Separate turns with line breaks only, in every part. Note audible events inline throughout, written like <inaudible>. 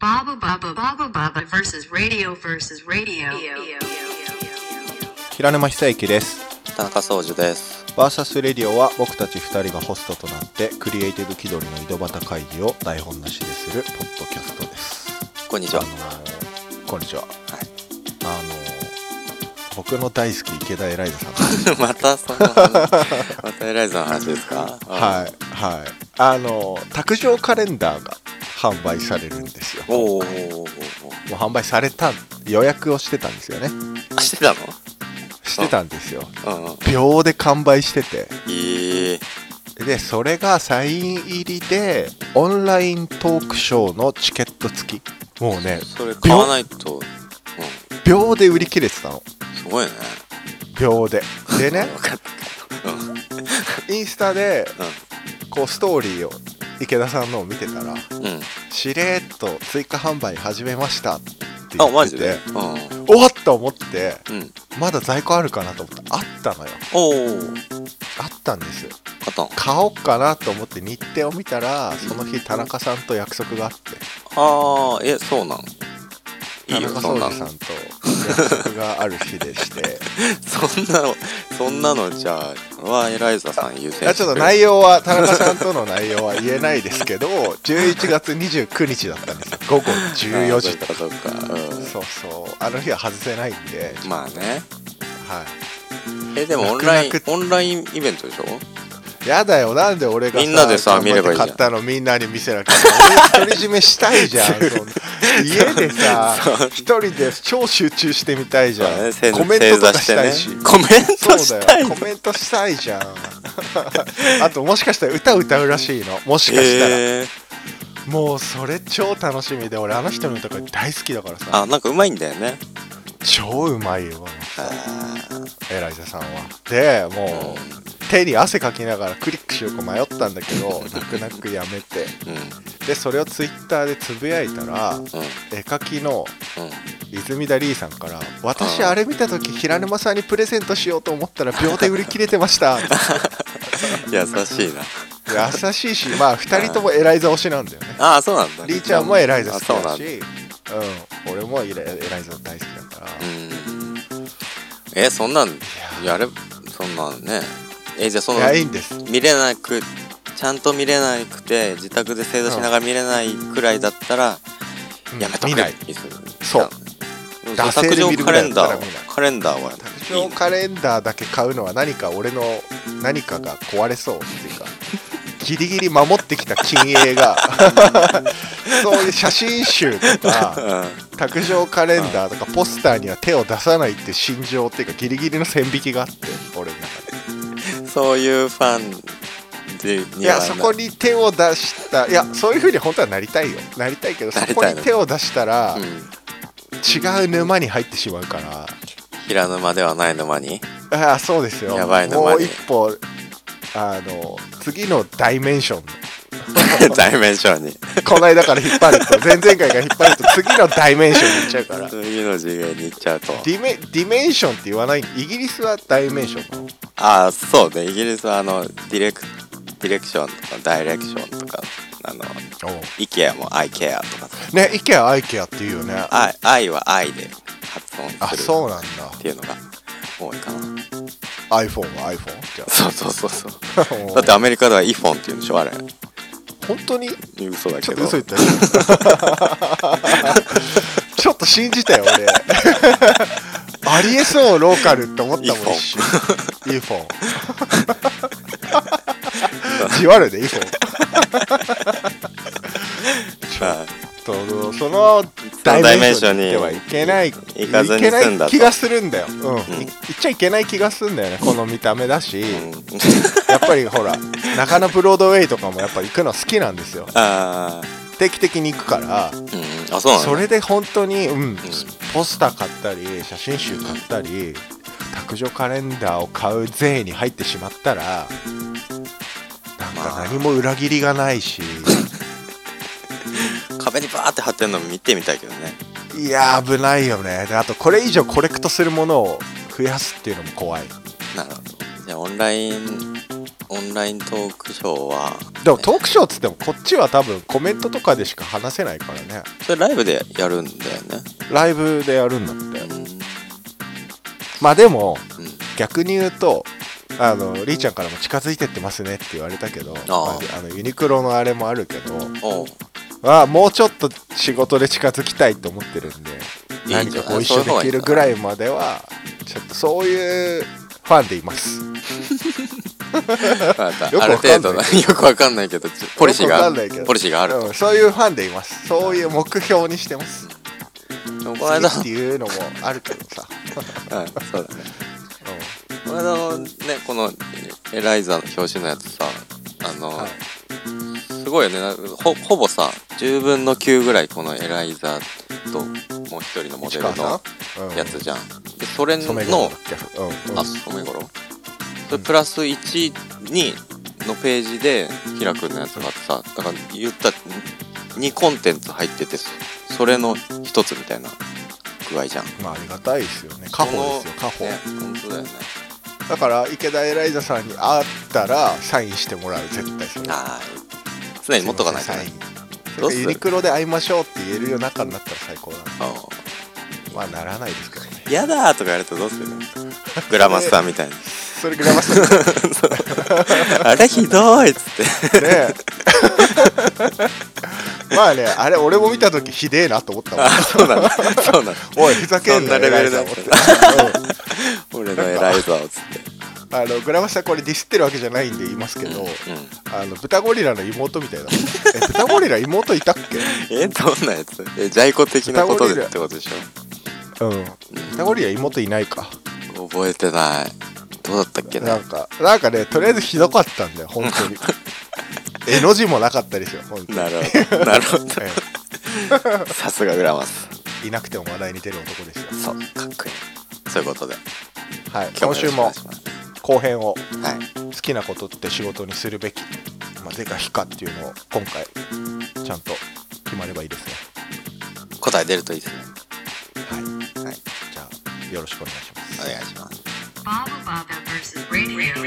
Baba Baba Baba Baba versus radio versus radio.
平沼久之です
田中総樹です。
バーサスレディオは僕たち2人がホストとなってクリエイティブ気取りの井戸端会議を台本なしでするポッドキャストです
こんにちは。
あ
は
のーこんにちはあのー僕の大好き池田エライザ <laughs> さんです
い。 <laughs> またその
<laughs>
話、またエライザの話ですか。。
はいいはいあのー卓上カレンダーが販売されるんですよも
おお。
う販売された予約をしてたんですよね
あしてた
してたんですよ
の？うん。
秒で完売してて
ええ
でそれがサイン入りでオンライントークショーのチケット付きもうね
それ買わないと、うん。
秒で売り切れてたの
すごいね。
秒ででね
分かった。うん。うん。
インスタでこうストーリーを池田さんのを見てたら
うん。
しれーっと追加販売始めましたって言
あマ
って
ジで
て。
うん。
おっと思って
うん。
まだ在庫あるかなと思ってあったのよ
おお。
あったんですよ
買ったの。
買おっかなと思って日程を見たらその日田中さんと約束があって
ああえそうなん。い
田
いよ
中
そ
総
んな
司
の。
さんと約束がある日でして <laughs>
そんなの <laughs> そんなのじゃあこれはエライザさん優先
あちょっと
い。
内容は田中さんとの内容は言えないですけど11月29日だったんですよ午後14時
とかとか。う
そうそうあの日は外せないんで、
ん。まあね。
はい、
えでもオンライン
泣く
オンラインイベントでしょ
やだよなんで俺が
みんなでさ
頑張って
見ればいいじゃん
買ったのみんなに見せなきゃ俺独り占めしたいじゃん
<laughs>
そんな家でさ
そう
一人で超集中してみたいじゃん、
正
コメントとかしたいし、
正座てねコメン
そ
ト
う
した
だ
い
よコメントしたいじゃん <laughs> あともしかしたら歌歌うらしいのもしかしたら、
えー、
もうそれ超楽しみで俺あの人の歌が大好きだからさ
あなんかうまいんだよね
超うまいよ
あー
エライザさんはでもう手に汗かきながらクリックしようか迷ったんだけ
<laughs>
ど泣く泣くやめて
うん
でそれをツイッターでつぶやいたら
うん
絵描きの
うん
泉田リーさんから「私
あー
あれ見た時平沼さんにプレゼントしようと思ったら秒で売り切れてました」
優しいな
優しいしまあ2人ともエライザ推しなんだよね
ああそうなんだ
リーちゃんもエライザ好き
あそうな
だ
んだ
しうん、俺もエラエライザ大好きだから、
うんえそんなんやれそんなんねえじゃあそ
い
の
やいいんです
見れなくちゃんと見れなくて自宅で正座しながら見れないくらいだったら、やめと
うん見
く
ない
いっすよね
そう
いや
惰性
卓
で
上
見るぐ
カ
ら
レ
い
ン
だった
ダ
ら
ー
見ない
はカレンダーは
卓上カレンダーだけ買うのは何か俺の何かが壊れそうっていうかギリギリ守ってきた禁営
<laughs>
がそういう写真集とか
う
卓上カレンダーとかポスターには手を出さないって心情っていうかギリギリの線引きがあって俺の中で。
ん、そういうファンで
いやそこに手を出したいやそういうふうに本当はなりたいよなりたいけどそ
なり
こ
たい
に
の
手を出したら、
うん、
違う沼に入ってしまうから
平沼ではない
<laughs>
沼に
ああそうですよ
やばい沼
も
に
う一歩あの次のダイメンション
対面所に
この間から引っ張ると
<laughs>
前々回から引っ張ると次のダイメンションに行っちゃうからデ
次の次元に行っちゃうと
ィメディメンションって言わないイギリスはダイメンション
ああそうねイギリスはあのディレクディレクションとかダイレクションとかあの
なの
IKEA も IKEA とか
ね IKEA アイケアって言うよねあ
愛愛は愛で発音する
そうなんだ
っていうのが多いかな
iPhone は iPhone じゃ
そうそうそうそう
あもう
<laughs> だってアメリカではイフォンっていうんでしょあれ
本当に
嘘だ
ちょ
け
っと
ど
嘘言ったよ <laughs> ちょっと信じたよ <laughs> 俺ありえそうローカルって思ったもん一瞬イーフォン <laughs> じわるでイーフォンちょ
まあ
っとそのダイメンションに行ってはいけないい
行かずに
けな
済んだ
い
と
気がするんだよ、うん
ん
い行っちゃいけない気がするんだよねこの見た目だし、
うん
やっぱりほら中野ブロードウェイとかもやっぱ行くの好きなんですよ
ああ
定期的に行くから
うんあそうなの
それで本当に、うん、ポスター買ったり写真集買ったり卓上カレンダーを買う税に入ってしまったらなんか何も裏切りがないし、
壁にバーって貼ってるの見てみたいけどね
いやー危ないよねであとこれ以上コレクトするものを増やすっていうのも怖い
なるほどじゃあオンラインオンライントークショーは
でもトークショーっつってもこっちは多分コメントとかでしか話せないからね
それライブでやるんだよね
ライブでやるんだって
うん
まあでも
うん
逆に言うとあのりーちゃんからも近づいてってますねって言われたけど
あ
まああのユニクロのあれもあるけど
おう
あもうちょっと仕事で近づきたいと思ってるんで
いいん
何
じ
か
ゃない
ご一緒できるぐらいまではちょっとそういうファンでいます
わかったあ
よくわかんない
る程度の <laughs> よくわかんないけどちょポリシーがあ
よくわかんないけ
る
ど
ポリシーがある
うんそういうファンでいますそういう目標にしてます
この間
好きっていうのもあるけどさ、
はいそうだね
う
この間のねこのエライザの表紙のやつさあの、
んはい
すごいよねなんかほほぼさ10分の9ぐらいこのエライザともう一人のモデ
市
ル
川
の
さんうん
やつじゃんでそれの
染め物だっけうんうん
あ染め頃それプラス1にのページでひらくんのやつがあってさだから言った2コンテンツ入っててそそれの一つみたいな具合じゃん
まあありがたいですよね家宝ですよ家宝、
ね本当だよね
だから池田エライザさんに会ったらサインしてもらう絶対それ
ああ常に持っとかないと
サイ
ね
ン
どうする
ユニクロで会いましょうって言えるような仲になったら最高だな
あ
まあならないですけどね
あやだーとかやるとどうす
<laughs>
るグラマスさんみたいに
それぐらいましたね <laughs>
あれひどいっつって
ねまあねあれ俺も見た時ひでえなと思ったもん
あそうなんだそうなんだ
おいふざけんな
そんなレベルだ
だ
っ
思
た
って、
俺の偉いぞっつって
うんあのグラマスさんこれディスってるわけじゃないんで言いますけど、
う
あの豚ゴリラの妹みたいなえ豚ゴリラ妹いたっけ
ん、えどんなやつえジャイコ的なことでってことでしょ
うん豚ゴリラ妹いないか
覚えてないどうだったっけ
な
なん
かなんかねとりあえずひどかったんだよ本当
<laughs>
に絵の字もなかったですよ本当に
なるほどなるほど
え
さすがグラマス
えいなくても話題に出る男ですよ
そうかっこいいそういうことで
はい
今
今
日
週
よろ
も
しくお願いし
後編を
ますはい
好きなことって仕事にするべきまあ是か非かっていうのを今回ちゃんと決まればいいですね
答え出るといいですね
はい
はい
じゃあよろしくお願いします
お願いします
Baba Baba versus radio.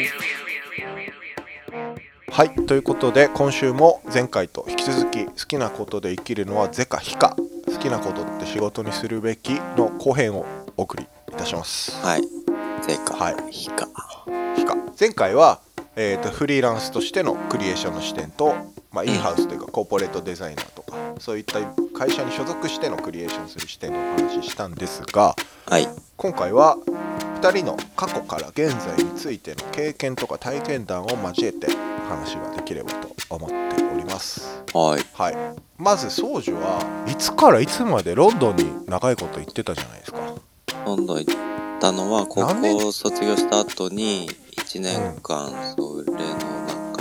はいということで今週も前回と引き続き好きなことで生きるのは是か非か好きなことって仕事にするべきの後編をお送りいたします
はい正解
はい
非か
非か前回は、えー、とフリーランスとしてのクリエーションの視点と、まあ、インハウスというかコーポレートデザイナーとかそういった会社に所属してのクリエーションする視点のお話ししたんですが
はい
今回は2人の過去から現在についての経験とか体験談を交えて話ができればと思っております。
はい
はい、まず宗樹はいつからいつまでロンドンに長いこと行ってたじゃないですか
ロンドン行ったのは高
何年
校を卒業した後に1年間それのなんか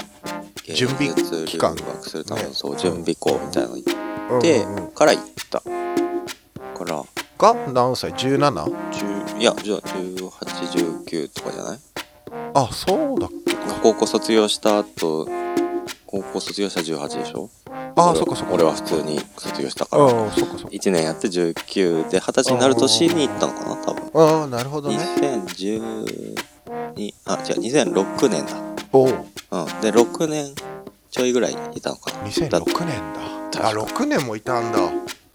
芸
準備
術
期
留
間
学するための
ね
そう準備校みたいなの行っ
うん
て
うんうん
から行ったから
が何歳 17?
10いやじゃあ1819とかじゃない
あそうだっけ
高校卒業した後高校卒業した18でしょ
あ
俺
そっかそっか
俺は普通に卒業したから
ああそっかそっか
1年やって19で20歳になる年に行ったのかな多分
ああなるほどね
2012あ違う2006年だ
おお
うんで6年ちょいぐらいいたのかなだ
2006年だあ
確
6年もいたんだ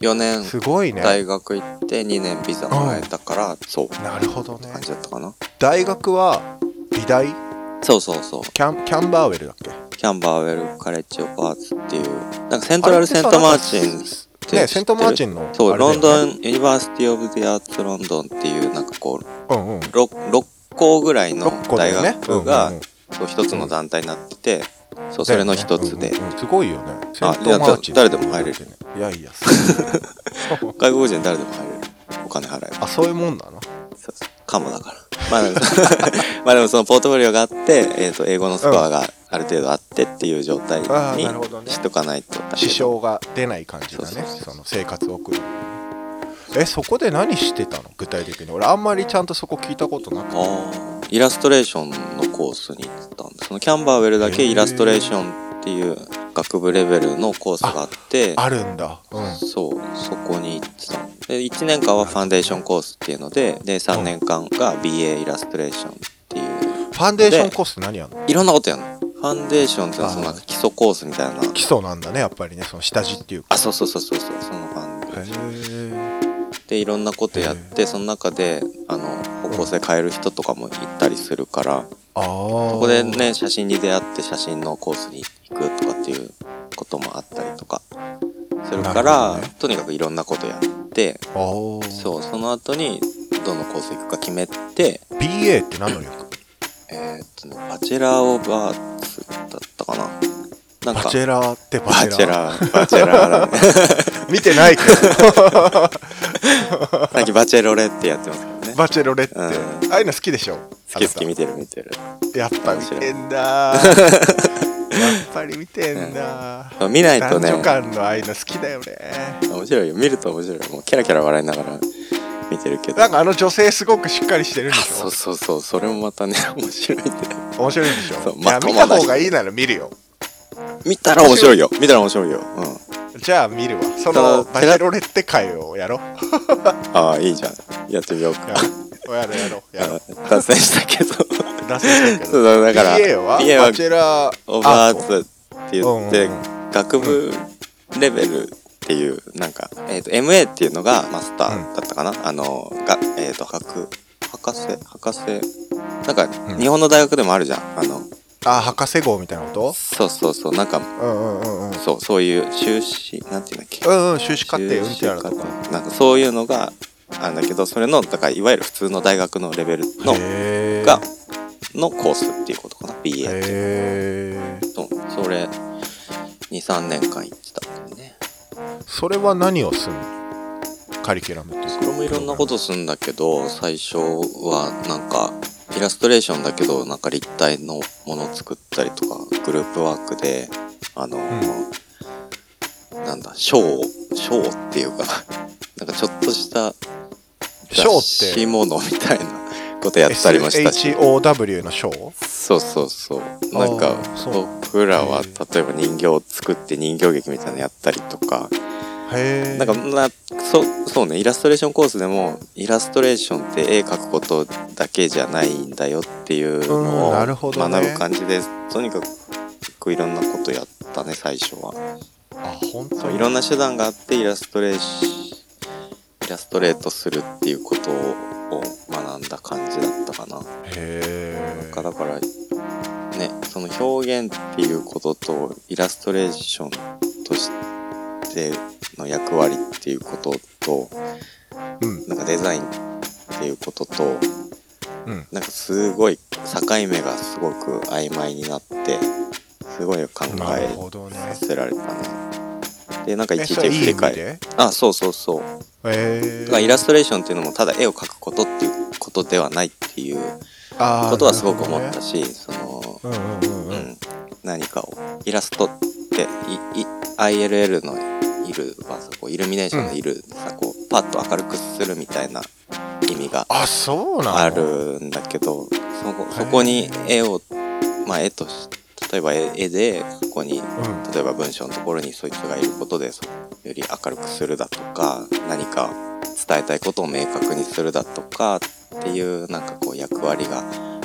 4年
すごいね
大学行って2年ビザもらえたから、そう
なるほどね
感じだったかな
大学は美大キ
そうそうそう
ャンキャンバーウェルだっけ
キャンバーウェルカレッジオブアーツっていうなんかセントラルセントマーチンって
ねセントマーチ
ン
ンの
そう、
あれだよ
ロ
ね
ンドンユニバーシティ・オブ・ディアーツ・ロンドンっていうなんかこう
うんうん
6, 六校ぐらいの
6個だ
大
よね
学が
うんうんうん
そう一つの団体になってて、そうそれの一つで、
だよねうんうんうんすごいよね
あ
セントマーチン
いやだ誰でも入れる
いやいや
外国人誰でも入れるお金払えば
あそういうもんなの
そうそうかもだからまあでも <laughs> まあでもそのポートフォリオがあって、えー、と英語のスコアがある程度あってっていう状態に
あーなるほどね
しとかないとだけど
支障が出ない感じだ
そう
ね
そうそう
その生活を送るえそこで何してたの具体的に俺あんまりちゃんとそこ聞いたことなくて
あーイラストレーションのコースに行ったんですそのキャンバーウェルだけイラストレーションっていう学部レベルのコースがあって
あるんだうん
そうそこに行ってたで1年間はファンデーションコースっていうのでで3年間が BA イラストレーションっていう
ファンデーションコースって何やんの
いろんなことやんのファンデーションってのはそのなんか基礎コースみたいな
基礎なんだねやっぱりねその下地っていうか
あそうそうそうそうそうそのファンデーション
へえ
でいろんなことやってその中であの方向性変える人とかもいたりするから
ああ
そ
こ
こでね写真に出会って写真のコースに行くとかっていうこともあったりとかする
な
か
るほ
ら
どね
とにかくいろんなことやって
ああ
そうその後にどのコース行くか決めて
BA って何の略
えーっとねバチェラー・オブ・アーツだったかななん
バ
か
チェラーってバ
バ
チ
チェ
ェラー
ラーバチェラー
<laughs>
だね
見てないけ
<laughs> 最近バチェロレってやってますけどね
どバチェロレって、
う
ああいうの好きでしょ
好き好き見
見
てる見てる
やっぱ見てんだーやっぱり見てんだー、
見ないとね
男女間のああいうの好きだよね
面白いよ見ると面白いもうキャラキャラ笑いながら見てるけど
なんかあの女性すごくしっかりしてるん
あ
でし
そ
ょ
うそうそうそれもまたね面白いんだよ
面白いんでし
そ
ょ
う
いや
まと
見
もだ
た
し
方がいいなら見るよ
見たら面白いよ見たら面白いよ、うん、
じゃあ見るわそ
ただ
のバチェロレッテ会をやろう
ああいいじゃんやってみようか
やろうやろうやろうやろう
うん脱線したけ <laughs> ど
出せたけ
そう
ど
だだから
BA は
BA
バチェラー
オーバ
アート
ーツって言って、
うんうん
学部レベルっていうなんか、えー、と MA っていうのがマスターだったかな、あのがえっ、と博博士博士なんか
ん
日本の大学でもあるじゃんあの
あ博士号みたいなこと
そうそうそうなんか
うんうんうんうん
そうそういう修士なんていうんだっけ
うんうん修士課程運
修
転
士
やらと
課
か
程なんかそういうのがあるんだけどそれのだからいわゆる普通の大学のレベルの
へー
がのコースっていうことかな BA
へー
そうそれ23年間行ってたんだよね
それは何をするのカリキュラムっていうか
これもいろんなことするんだけど最初はなんかイラストレーションだけどなんか立体のものを作ったりとかグループワークであの、なんだショーショーっていうか <laughs> ななんかちょっとした
賞
雑
って
誌ものみたいなことやったりもしたし
SHOW の賞
そうそうそうなんか
あーそう
僕らは
へー
例えば人形を作って人形劇みたいなのやったりとか
へえ
なんかなそそうねイラストレーションコースでもイラストレーションって絵描くことだけじゃないんだよっていうの
うん
を
なる
学
ほ
ぶ
どね
感じで、とにかくいろんなことやったね最初は
あ本当
そう
に
いろんな手段があってイラストレーシイラストレートするっていうことを学んだ感じだったかな
へ
かだからねその表現っていうこととイラストレーションとしての役割っていうことと
えうん
なんかデザインっていうことと
うん
なんかすごい境目がすごく曖昧になってすごい考
なる
え
ほどね
させられたね。でなんかい
え
ちい
それ
ち
いい
振
意
り
味
返る
で
あそうそうそう
へ
だ
え
からイラストレーションっていうのもただ絵を描くことっていうことではないっていう
あー
ことはすごく思っ
なる
たし、その
ほどねうんうんうん
う
うん
ん、何かをイラストっていい ILL のいるはさこうイルミネーションのいるさこうパッと明るくするみたいな意味が
あそうなの
あるんだけどそこそこに絵をまあ絵とし例えば絵絵でそこに
うん
例えば文章のところにそいつがいることでそより明るくするだとか何か伝えたいことを明確にするだとかっていうなんかこう役割が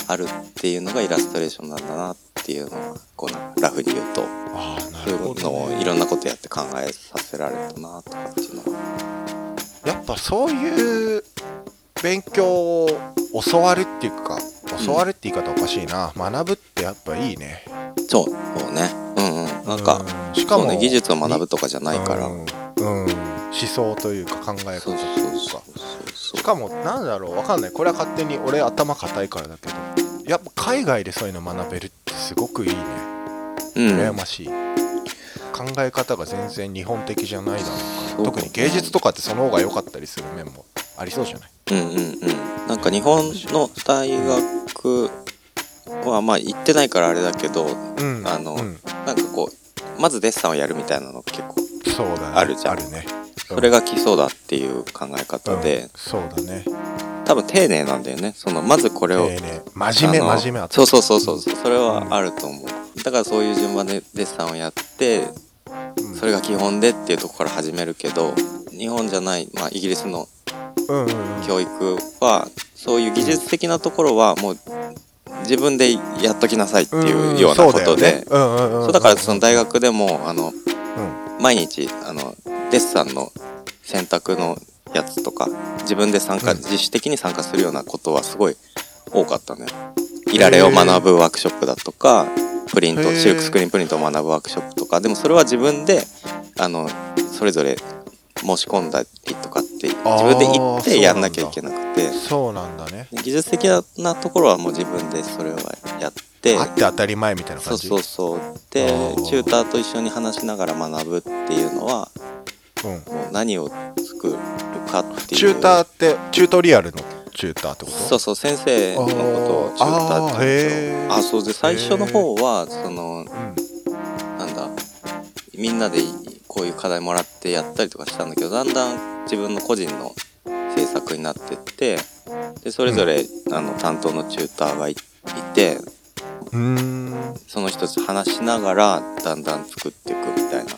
あるっていうのがイラストレーションなんだなっていうのはこうなんかラフに言うと
あーな
そうい
るほ
う
ど
のを
ね
いろんなことやって考えさせられたなとかっていうのは
やっぱそういう勉強を教わるっていうか教わるって言い方おかしいな、学ぶってやっぱいいね
そうそうねうんうんなんか
うんしかも、
そうね技術を学ぶとかじゃないから。
うんうん思想というか考え方と
そう
いうか
そうそうそう
しかもなんだろうわかんないこれは勝手に俺頭硬いからだけどやっぱ海外でそういうの学べるってすごくいいね
うん
羨ましい、考え方が全然日本的じゃないだろうか
そう
ら特に芸術とかってその方が良かったりする面もありそうじゃない
うんうんうんなんか日本の大学はまあ行ってないからあれだけど
うん
あの
うん
なんかこうまずデッサンをやるみたいなの結構
そうだね
あるじゃん
あるね
それ
が
が基礎だっていう考え方で
そうだね
多分丁寧なんだよねそのまずこれを
丁寧真面目
あの
真面目あった
そうそうそうそうそれはあると思うだからそういう順番でデッサンをやって
うん
それが基本でっていうとこから始めるけど日本じゃない、まあ、イギリスの
うんうんうん
教育はそういう技術的なところはもう自分でやっときなさいって
ん
いうようなことで
そうだよねうんうんうん
そうだからその大学でもあの
うん
毎日あのデッサンの選択のやつとか自分で参加、
うん
自主的に参加するようなことはすごい多かったね。いられを学ぶワークショップだとかプリント
へー
シルクスクリーンプリントを学ぶワークショップとかでもそれは自分であのそれぞれ申し込んだりとかって自
あー
分で行ってやんなきゃいけなくて
そうなんだね
技術的なところはもう自分でそれはやって
あって当たり前みたいな
そ
感
う
じ
そうそうで
あー
チューターと一緒に話しながら学ぶっていうのは
うん
もう何を作るかっていう
チューターってチュートリアルのチューターってこと
そうそう先生のことをチューターって言うんですよ
あーあーへー
あそうで最初の方はその
うん
なんだみんなでこういう課題もらってやったりとかしたんだけどだんだん自分の個人の制作になってってでそれぞれ、あの担当のチューターがいいて
うーん
その人と話しながらだんだん作っていくみたいな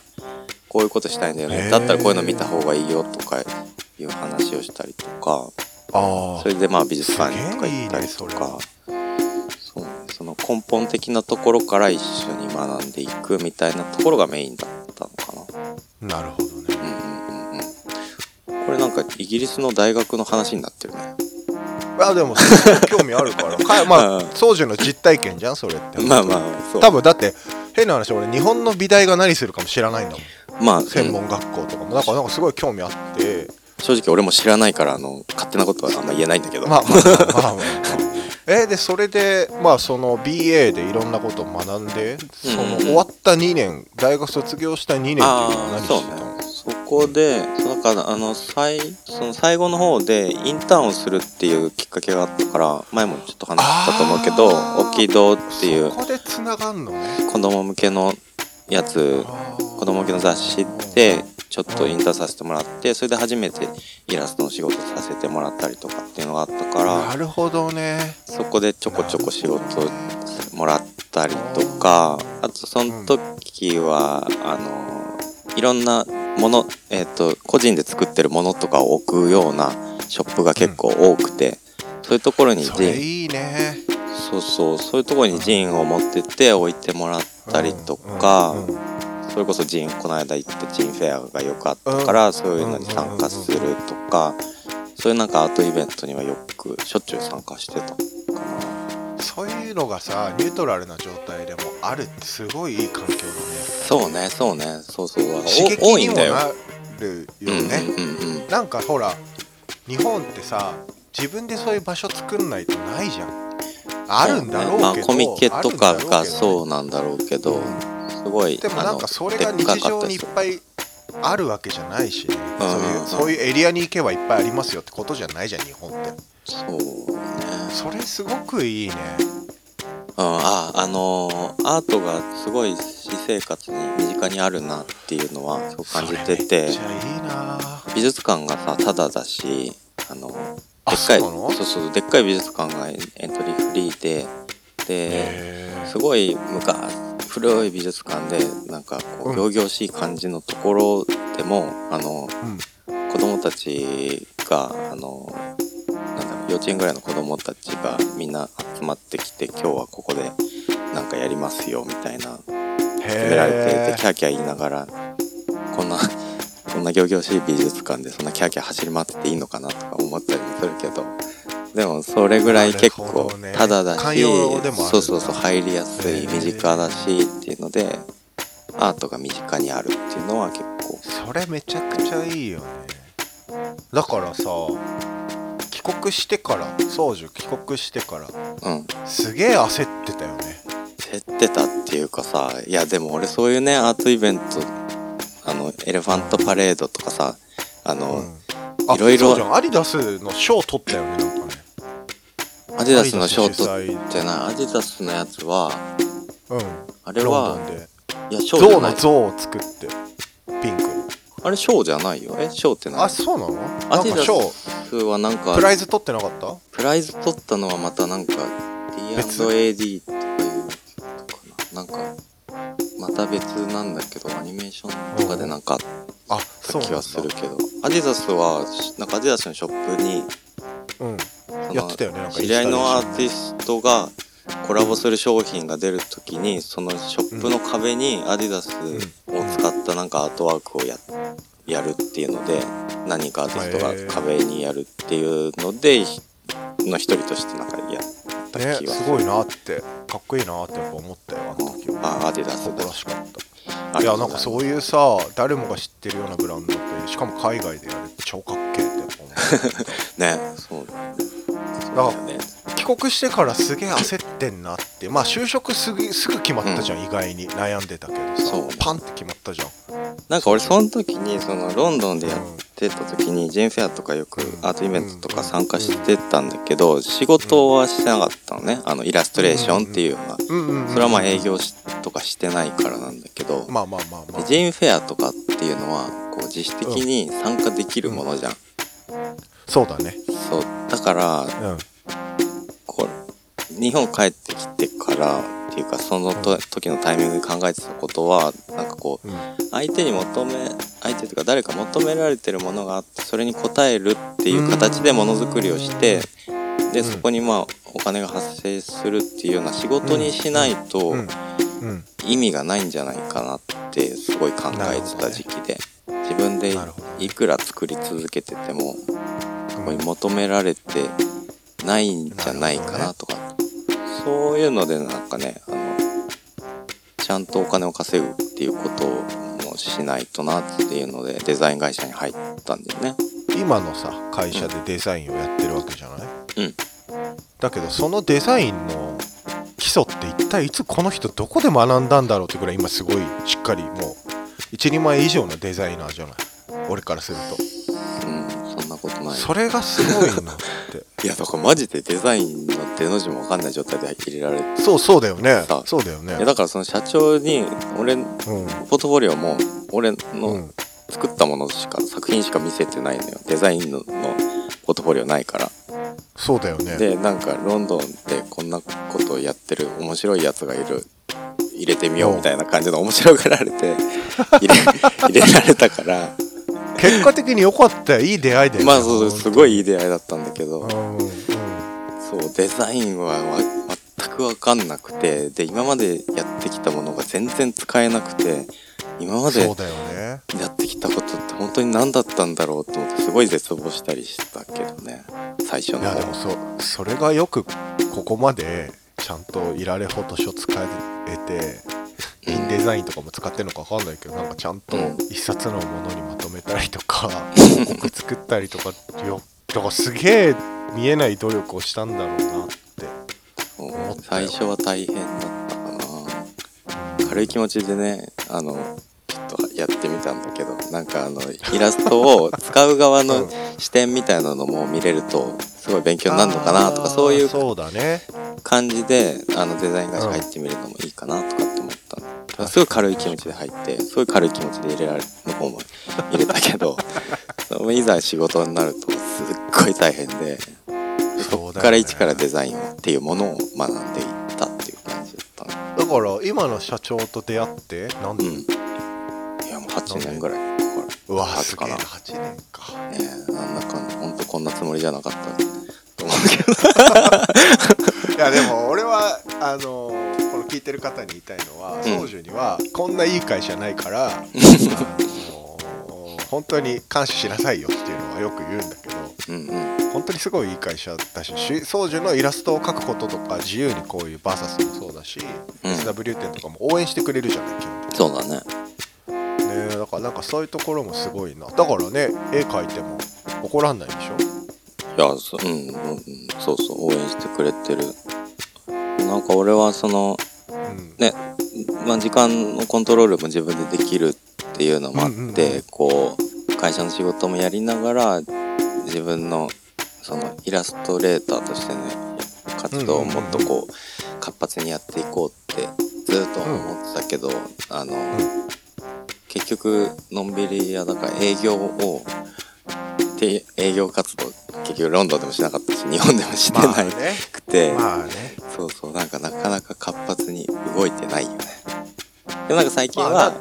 こういうことしたいんだよ
へ
ね
ー
だったらこういうの見た方がいいよとかいう話をしたりとか
あ
それでまあ美術館とか
すげえい
行
い
ったり
ね
と
それ
か
は
そうその根本的なところから一緒に学んでいくみたいなところがメインだったのかな。
あなるほどね
うんうんうんうんこれなんかイギリスの大学の話になってるね。
あでもそれ興味ある
<laughs>
からかまあ
うん
当時の実体験じゃんそれって
まあまあ、そう。
多分だって変な話俺日本の美大が何するかも知らないんだもん
まあ、
専
うん
門学校とかもだからなんかすごい興味あって
正直俺も知らないから、あの、勝手なことはあんま言えないんだけど。
まあまあまあま <laughs> あまあえでそれでまあその BA でいろんなことを学んでその終わった2年大学卒業した2年っていうのは
あ
何し
ー
て
そう
たの
ね。そこで、そうだから、あの、最、その最後の方で、インターンをするっていうきっかけがあったから、前もちょっと話したと思うけど
あ、ー
沖堂っていう
そこでつながんのね
子供向けのやつ
子
子供向けの雑誌でちょっとインターンさせてもらってそれで初めてイラストの仕事させてもらったりとかっていうのがあったから
なるほどね
そこでちょこちょこ仕
なる
事
ほどね
もらったりとかあとその時はあのいろんなものえっと個人で作ってるものとかを置くようなショップが結構多くてそういうところに
そ
ジ
れ
ン
いいね
そうそうそういうところにジンを持ってって置いてもらったりとか。
うんうん
それこそジンこの間行ったジンフェアがよくあったから、そういうのに参加するとか、そういうなんかアートイベントにはよくしょっちゅう参加してたかな
そういうのがさニュートラルな状態でもあるってすごいいい環境だね
そうねそうねそうそうお
刺激
多い
に
ん
も
だよ
なる
う
よ
んうん
ね、
うんうん
なんかほら日本ってさ自分でそういう場所作んないとないじゃんあるんだろうけど、
まあ、コミケとかが
う
そうなんだろうけど、すごい
でも
あ
なん
の
かそれが
で
日
っかかっ
常
た
にい
り
っ
する
ぱいあるわけじゃないしね、
う
そう
んう
い
ん
うそういうエリアに行けばいっぱいありますよってことじゃないじゃん日本って
そうね
それすごくいいね
うん、ああのーアートがすごい私生活に身近にあるなっていうのはそう感じて
それめ
て
っちゃいいな
美術館がさタダだしあの
あ
でっかい
そうなの
そうそうでっかい美術館がエントリーフリーでで
へ
すごい昔古い美術館でなんかこ
うん
う仰々しい感じのところでも、あの
ーうん
子供たちがあのなんだろう幼稚園ぐらいの子供たちがみんな集まってきて今日はここでなんかやりますよみたいな勧められてで
へ
キャーキャー言いながらこんなこんな仰々しい美術館でそんなキャーキャー走り回ってていいのかなとか思ったりもするけどでもそれぐらい結
なるほ
構
どね
タダだ
寛
し、
容でもあるんだ
そうそうそう入りやす
へ
い
ー
身近だしっていうのでアートが身近にあるっていうのは結構
それめちゃくちゃいいよねだからさ帰国してから宗樹帰国してから
うん
すげえ焦ってたよね
減ってたっていうかさいやでも俺そういうねアートイベントあのエレファントパレードとかさあの、
うんあ
いろいろ
そうじゃんアディダスの賞取ったよねなんかね
アディダスのショート
アディダス
じゃないアディダスのやつは
主催
あ
う
れ
んロ
は
ンドンで
いや、ショーじ
象
ゃな
の
い。
象を作ってピンクの
あれ、ショーじゃないよ。え、ショーって何
あそうなの
ア
な
デ
ん
ィダ
か賞
スはなんか、
プライズ取ってなかった
プライズ取ったのはまたなんか、
別
D&AD とかいうとかな。なんか、また別なんだけど、アニメーションとかでなんかあ
あ
った
そう
気
なん
は
だ
するけど、アディダスは、なんかアディダスのショップに、
うん
その
やってたよねなんか
知り合いのア
インスタで
ーティストが、コラボする商品が出るときにそのショップの壁にアディダスを使ったなんかアートワークをややるっていうので何かアーティストが壁にやるっていうのでひの一人としてなんかやった
ね
気は
すごいなってかっこいいなってやっぱ思ったよあの時は
あアディダス
誇らしかった
あ
いやなんかそういうさ誰もが知ってるようなブランドってしかも海外でやるって超かっけえってやっぱ思
ねそうそう
あ
だよね <laughs>
う帰国してからすげえ焦ってんなってまあ就職すぐすぐ決まったじゃん、意外に悩んでたけどさ
そう
パンって決まったじゃん
なんか俺その時にそのロンドンでやってた時にジェーンフェアとかよくアートイベントとか参加してたんだけど仕事はしてなかったのねあのイラストレーションっていうような
うんうん、うん、
それはまあ営業しとかしてないからなんだけど
まあまあまあま
ジェーンフェアとかっていうのはこう自主的に参加できるものじゃん
あそうだね
そうだから
うん
こう日本帰ってきてからっていうかそのと時のタイミングで考えてたことはなんかこう
うん
相手に求め相手というか誰か求められてるものがあってそれに応えるっていう形でものづくりをして
う
で
ん
そこにまあお金が発生するっていうような仕事にしないと
うんうん
意味がないんじゃないかなってすごい考えてた時期で自分で
なるほど
いくら作り続けてても
う
ここ
ん
に求められてないんじゃないかなとかそういうのでなんかねあのちゃんとお金を稼ぐっていうことをしないとなっていうのでデザイン会社に入ったんだよね。
今のさ会社でデザインをやってるわけじゃない、
うん
だけどそのデザインの基礎って一体いつこの人どこで学んだんだろうってぐらい今すごいしっかりもう一人前以上のデザイナーじゃない俺からする
うん、そんなこと
と
ない。
それがすごいなって
<laughs> いやだからマジでデザインの手の字もわかんない状態で入れられて。
そうそうだよね
さあ
そうだよね
いやだからその社長に俺の
うん
ポートフォリオも俺
う
の
ん
作ったものしか作品しか見せてないのよデザインののポートフォリオないから
そうだよね
でなんかロンドンでこんなことをやってる面白いやつがいる入れてみようみたいな感じの面白がられ
<laughs>
て入れ入れられたから
結果的に良かったよいい出会いだよね
まあそうすごいいい出会いだったんだけ
う
ど
んうん
そうデザインはわ全く分かんなくてで今までやってきたものが全然使えなくて今まで
そうだよね
やってきたことって本当に何だったんだろうと思ってすごい絶望したりしたけどね最初の
いやでも
方
そうそれがよくここまでちゃんといられフォトショー使えてインデザインとかも使ってるのか分かんないけどなんかちゃんと
うん
一冊のものにまとめたりとか僕作ったりとかよだからすげえ見えない努力をしたんだろうなって思
も
っ
う
たよ
最初は大変だったかな軽い気持ちでねあのちょっとやってみたんだけどなんかあのイラストを使う側
う
の
ん
視点みたいなのも見れるとすごい勉強になるのかなとかそういう
そうだね
感じであのデザイン会社入ってみるのもいいかなとかって思ったのだからすごい軽い気持ちで入ってすごい軽い気持ちで入れられの方も入れたけ <laughs> どそのいざ仕事になるとすっごい大変で
そう
そ
だ
っから
よね
一からデザインをっていうものを学んでいったっていう感じだったね
だから今の社長と出会ってなん
うん。いや、もう8年ぐらいかかる。
うわ
8
すげえ
かな。
な
ね
8年か
え、なんだかんだ、ほんとこんなつもりじゃなかったと思うけど。
いやでも俺はあのーこの聞いてる方に言いたいのは
ん
宗樹、にはこんないい会社ないから、あのー本当に感謝しなさいよっていうのはよく言うんだけど
うんうん。
本当にすごいいい会社だしし宗樹のイラストを描くこととか自由にこういう VS もそうだし、
うん
SW 店とかも応援してくれるじゃない基本
そうだね。
的にねだからなんかそういうところもすごいなだからね絵描いても怒らんないでしょ
いや、そうん、うん、うんそうそう、応援してくれてる。なんか俺はその、 <laughs>
うん
ね、まあ、時間のコントロールも自分でできるっていうのもあって、
うんうんうん
こう会社の仕事もやりながら自分のそのイラストレーターとしてね活動をもっとこう活発にやっていこうってずっと思ってたけど、あの、
ん
結局のんびり屋だから営業をて営業活動結局ロンドンでもしなかったし日本でもして
まあ
<laughs> な
ね
くて、
まあね
そうそうなんかなかなか活発に動いてないよねでもなんか最近は、
まあだ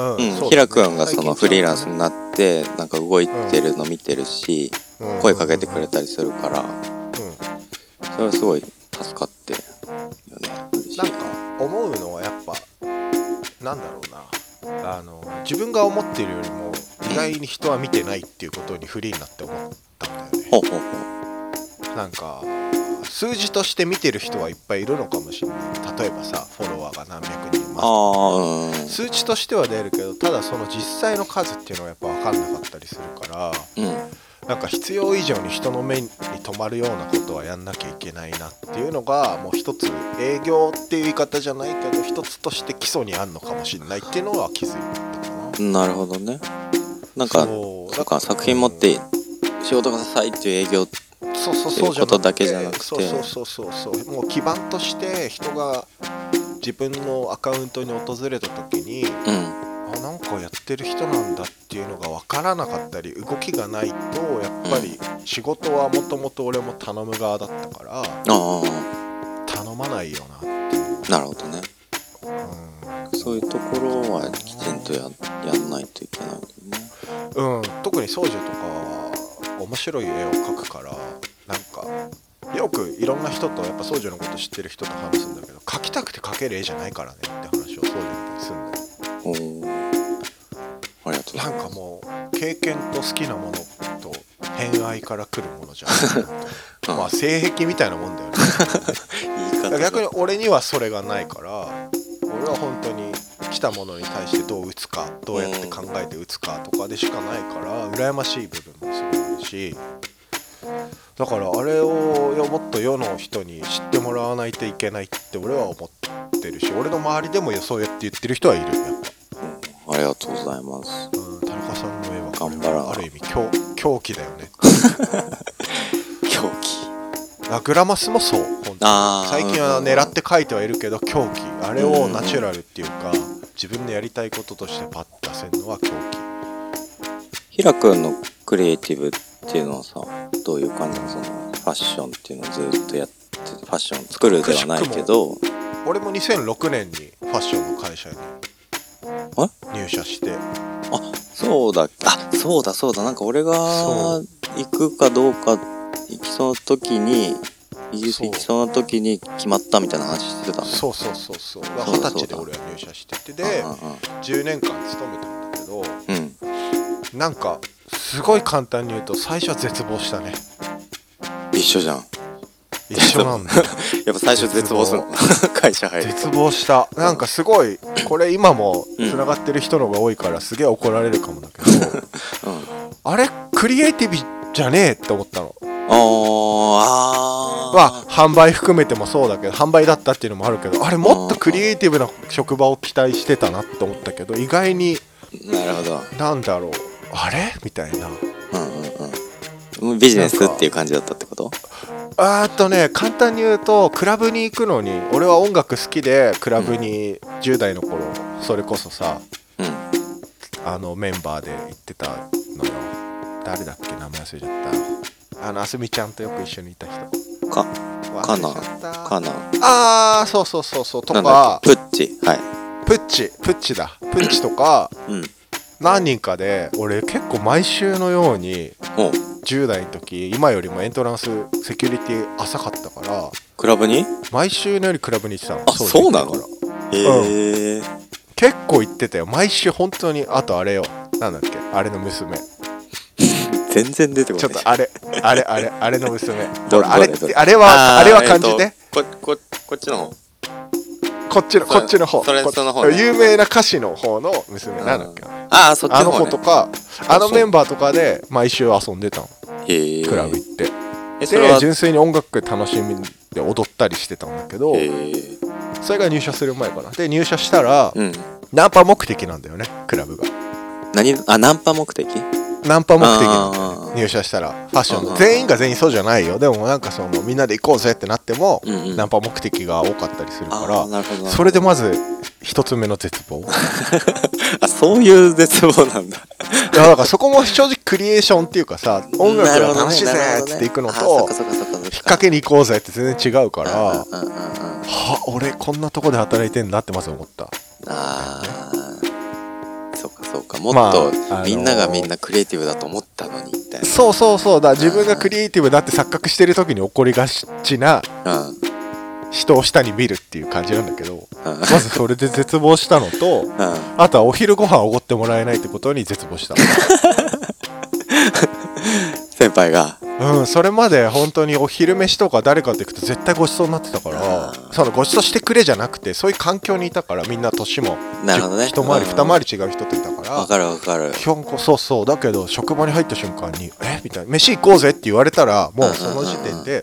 うん
うん
そうだね
ひらくんが
最近ちゃ
その
んと
フリーランスになってなんか動いてるの見てるし、
うん
声かけてくれたりするから
うん
それはすごい助かってるよ
思うのはやっぱなんだろうなあの自分が思ってるよりも意外に人は見てないっていうことにフリーになって思ったんだよね。
ほうほうほう
なんか数字として見てる人はいっぱいいるのかもしれない例えばさフォロワーが何百人います
ああ
数値としては出るけどただその実際の数っていうのはやっぱ分かんなかったりするか
うんうん
らなんか必要以上に人の目に留まるようなことはやんなきゃいけないなっていうのがもう一つ営業っていう言い方じゃないけど一つとして基礎にあんのかもしれないっていうのは気づいたかな。
なるほどねなんか
そう
そうか作品持って仕事くださいっていう営業
そうそうそうじゃ
っていうことだけじゃなくて
そうそうそうそうそうもう基盤として人が自分のアカウントに訪れた時に
うん
あなんかやってる人なんだっていうのが分からなかったり動きがないとやっぱり仕事はもともと俺も頼む側だったから
あ
頼まないよ
あなるほどね
な、
そういうところはきちんとややんないといけないよね
うんうん、特に宗女とかは面白い絵を描くからなんかよくいろんな人とやっぱ宗女のこと知ってる人と話すんだけど描きたくて描ける絵じゃないからねって話を宗女にすんだよ
おおありがとうござ
ないん
ま
かもう経験と好きなものと偏愛から来るものじゃないなと <laughs> まあ性癖みたいなもんだよね
す言い方が
逆に俺にはそれがないから俺は本当に来たものに対してどう打つかどうやって考えて打つかとかでしかないから羨ましい部分もすごいあるしだからあれをよもっと世の人に知ってもらわないといけないって俺は思ってるし俺の周りでもそうやって言ってる人はいるやっ
ありがとうございます
ぱうん田中さんの絵はこれ
頑張ら
は
な
ある意味狂狂気だよね
狂気
あグラマスもそう本当
あー
最近は狙って書いてはいるけど狂気あれをナチュラルっていうか自分のやりたいこととしてパッと出せるのは狂
ひらくんのクリエイティブっていうのはさどういう感じなのそのファッションっていうのをずっとやってファッション作るではないけど
気俺も2006年にファッションの会社に入社して
あそうだあそうだそうだなんか俺が
そ
行くかどうか行きそうな時にイギリス
そう
行きそうな時に決まったみたいな話してたね
そうそうそうそう
だ
二十歳で俺は入社しててで10年間勤めたんだけど
うんうんうん
なんかすごい簡単に言うと最初は絶望したね
一緒じゃん
一緒なん <laughs> だよ
やっぱ最初絶望するの <laughs> 会社入る
<laughs> 絶望したなんかすごいこれ今もつながってる人の方が多いからすげえ怒られるかもだけど
うん
あれクリエイティブじゃねえって思ったの
おーあー
まあ販売含めてもそうだけど販売だったっていうのもあるけどあれもっとクリエイティブな職場を期待してたなって思ったけど意外に
なるほど
なんだろうあれみたいな
うんうんうんビジネスっていう感じだったってこと
あーっとね簡単に言うとクラブに行くのに俺は音楽好きでクラブに10代の頃それこそさ
うん
あのメンバーで行ってたのよ誰だっけ名前忘れちゃったあのあすみちゃんとよく一緒にいた人
か
忘
か
れち
な
ゃった
かな
ああそうそうそうそうと
なんだ
か
っけプッチはい
プッチプッチだプッチとか
うん
何人かで俺結構毎週のように
お
10代の時今よりもエントランスセキュリティ浅かったから
クラブに
毎週のようにクラブに行ってたの
あそうなの
だから
へえ
結構行ってたよ毎週本当にあとあれよなんだっけあれの娘ち
全然出てこな
ょ
い
っとあれあれあれあれの娘
ど
ほらあれ
どれどれ
あれはあ
ー
れは感じて、
えっとこここっちの方
こっちのこっちの方
それ
こ
その方ね
有名な歌手の方の娘なんだっけ
ああそっち
あ
の
の
方
子
ね
とかあの
そう
メンバーとかで毎週遊んでたの
へえ
クラブ行って、
えそれ
で
は
純粋に音楽楽しみで踊ったりしてたんだけど
へえ
それが入社する前かなで入社したら
うん
ナンパ目的なんだよねクラブが
何あナンパ目的
ナンパ目的なんだ
あ
よ
ー
ね入社したらファッション
あ
の
ー
全員が全員そうじゃないよでもなんかそのみんなで行こうぜってなっても、
うんうん
ナンパ目的が多かったりする
あ
か
ーなるほど
ら
な
それでまず一つ目の絶
<laughs>
望い
あそういう絶望なんだ
やだからそこも正直クリエーションっていうかさ音楽が楽しいぜっつって行くのと、
引っ
引っ掛けに行こうぜって全然違うからは
うんうんうんうん
俺こんなとこで働いてんだってまず思った
ああそうかそうかも
まあ
っと
あのー
みんながみんなクリエイティブだと思ったのにみたい
そうそうそうだ自分がクリエイティブだって錯覚してる時に起こりがちな
な、うん、
人を下に見るっていう感じなんだけど
うんうん
まずそれで絶望したのとあとはお昼ご飯をおごってもらえないってことに絶
<laughs>
望した
先輩が
うん、それまで本当にお昼飯とか誰かと行くと絶対ごちそうになってたから
あー
そのごちそうしてくれじゃなくてそういう環境にいたからみんな年も
なるほどね
一回り
うん
二回り違う人といたか
わ
ら
かるわかる
基本こうそうそうだけど職場に入った瞬間に「えみたいな「飯行こうぜ」って言われたらもうその時点で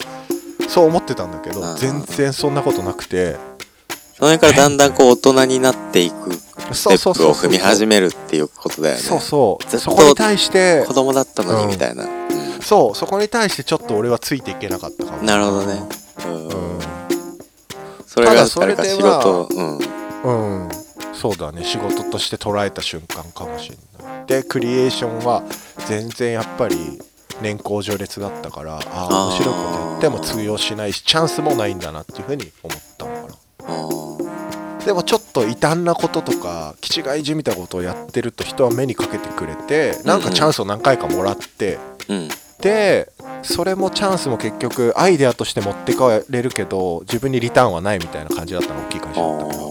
そう思ってたんだけ
うんうんう
ど
ん
全然そんなことなくて
その辺からだんだんこう大人になっていくス
そ
テ
うそう
ッ
そ
プ
う
を踏み始めるっていうことだよね
そうそう
ずっと
そこに対して
子供だったの
うん
にみたいな、
そうそこに対してちょっと俺はついていけなかったかも
なるほどね、うん
うん
それ
ただ
が
それ
誰
で
か仕
まあ
事をうん
うん、そうだね仕事として捉えた瞬間かもしれないでクリエーションは全然やっぱり年功序列だったからああ
あー
面白いことやっても通用しないしチャンスもないんだなっていうふうに思ったのか
あ
なでもちょっと異端なこととか気違いじみたことをやってると人は目にかけてくれてなんかチャンスを何回かもらって、
ーうん
でそれもチャンスも結局アイデアとして持ってかれるけど自分にリターンはないみたいな感じだったの大きい会社だったから。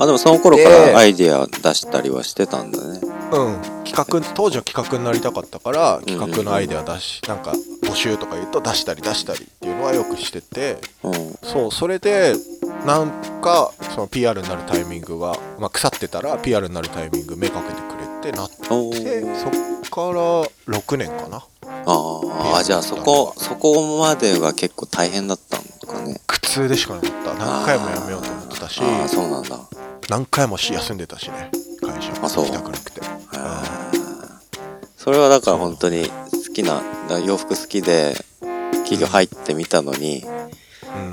あでもその頃からアイデア出したりはしてたんだね
うん、企画当時は企画になりたかったから企画のアイデア出し、なんか募集とか言うと出したり出したりっていうのはよくしてて
うん
そうそれでなんかその PR になるタイミングが、まあ、腐ってたら PR になるタイミング目かけてくれてなっ
お
て
ー
そっから6年かな
あーあじゃあそこそこまでは結構大変だったのかね
苦痛でしかなかった何回もやめようと思ってたし
あーあーそうなんだ
何回もし休んでたしね会社
あそう
行きたくなくて
あーそれはだから本当に好きなだ洋服好きで企業入ってみたのに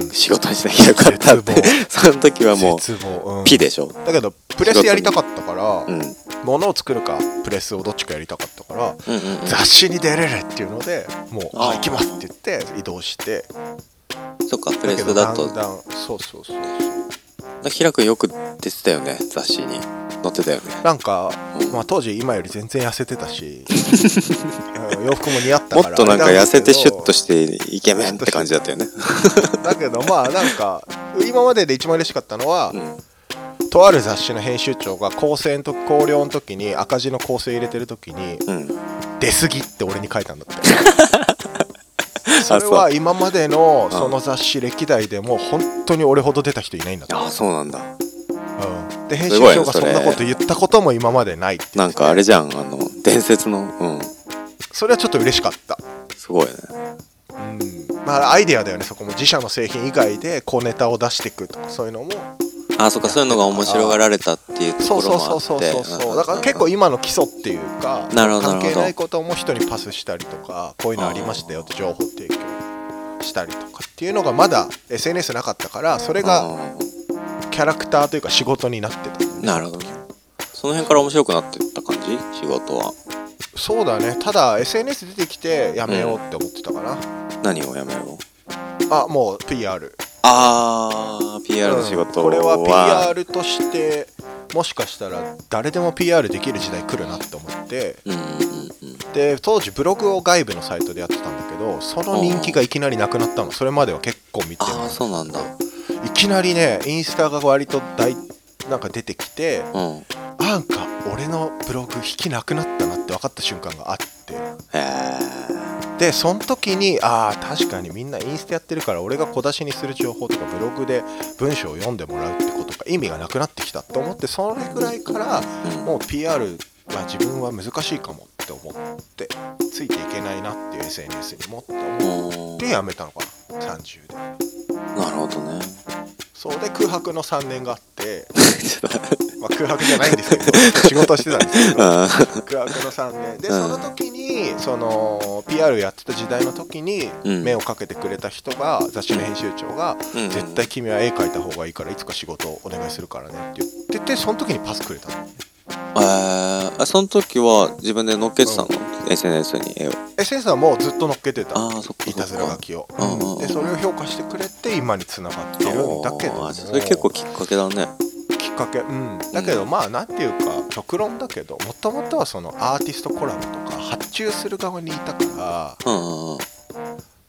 うん
仕事にしなきゃよかったって <laughs> その時はもう
絶望、うん、
ピでしょ
だけどプレスやりたかったから、
うんうん
物を作るかプレスをどっちかやりたかったから
うんうん
雑誌に出れるっていうのでもう「
あー
あ行きます」って言って移動して
そっかプレスだと
けどだんだんそうそうそうそう
平君よく出てたよね雑誌に載ってたよね
なんか、まあ、当時今より全然痩せてた
<laughs>
し、うん洋服も似合った
も
から
っとなんか痩せてシュッと
し
してイケメンって感じだったよね
だけどまあなんか今までで一番嬉しかったのは、
うん
とある雑誌の編集長が構成の時考慮の時に赤字の構成入れてる時に
うん
出過ぎって俺に書いたんだってそ
<laughs> あ
れ
そう
は今までのその雑誌歴代でも本当に俺ほど出た人いないんだと、
あそうなんだ
うん、で編集
すごい
長
ね
がそ
そ
ん
れ
なこと言ったことも今までないって
なんかあれじゃんあの伝説のうん
それはちょっと嬉しかった、
すごいね
うんまあ、アイデアだよねそこも自社の製品以外で小ネタを出していくとかそういうのも
あそっかそういうのが面白がられたっていうと
そう
ころ
そう
もあ
そう
っ
そう
て
そうそうだから結構
い
今の基礎っていうか
なるほど
関係
なるほど
ないことも人にパスしたりとかこういうのありましたよって情報提供したりとかっていうのがまだ SNS なかったからそれがキャラクターというか仕事になってた
なるほどその辺から面白くなってった感じ仕事は
そうだねただ SNS 出てきてやめようって思ってたかな、
何をやめよう
あもう PR
あー PR の仕事
うんこ
は,、
れは PR としてもしかしたら誰でも PR できる時代来るなって思って
うんうんうん
で当時ブログを外部のサイトでやってたんだけどその人気がいきなりなくなったのそれまでは結構見て
ああそうなんだ
いきなりねインスタが割と大なんか出てきて
うんへ
あなんか俺のブログ引きなくなったなって分かった瞬間があって
え
でその時にああ確かにみんなインスタやってるから俺が小出しにする情報とかブログで文章を読んでもらうってことが意味がなくなってきたと思ってそれぐらいからもう PR は自分は難しいかもって思ってついていけないなっていう SNS にもっと思
うん
ってやめたのかな30で
なるほどね
そうで空白の3年があって、
<laughs> ちょっと
まあ、空白じゃないんですけど仕事はしてたんですけど空
あ
白の3年で
うん
その時にその PR やってた時代の時に
うん
目をかけてくれた人が雑誌の編集長が
うんう
「
ん
絶対君は絵描いた方がいいからいつか仕事お願いするからね」って言っててその時にパスくれたの
ーあその時は自分で乗っけてたの、SNS に絵を
SNS はもうずっと乗っけてた
あーそっかそっか
いたずら書きを
うんうんうん
でそれを評価してくれて今につながってるんだけど
あ
も
ーそれ結構きっかけだね
きっかけうんだけどまあなんていうか極論だけどもともとはそのアーティストコラボとか発注する側にいたから
うんうんうん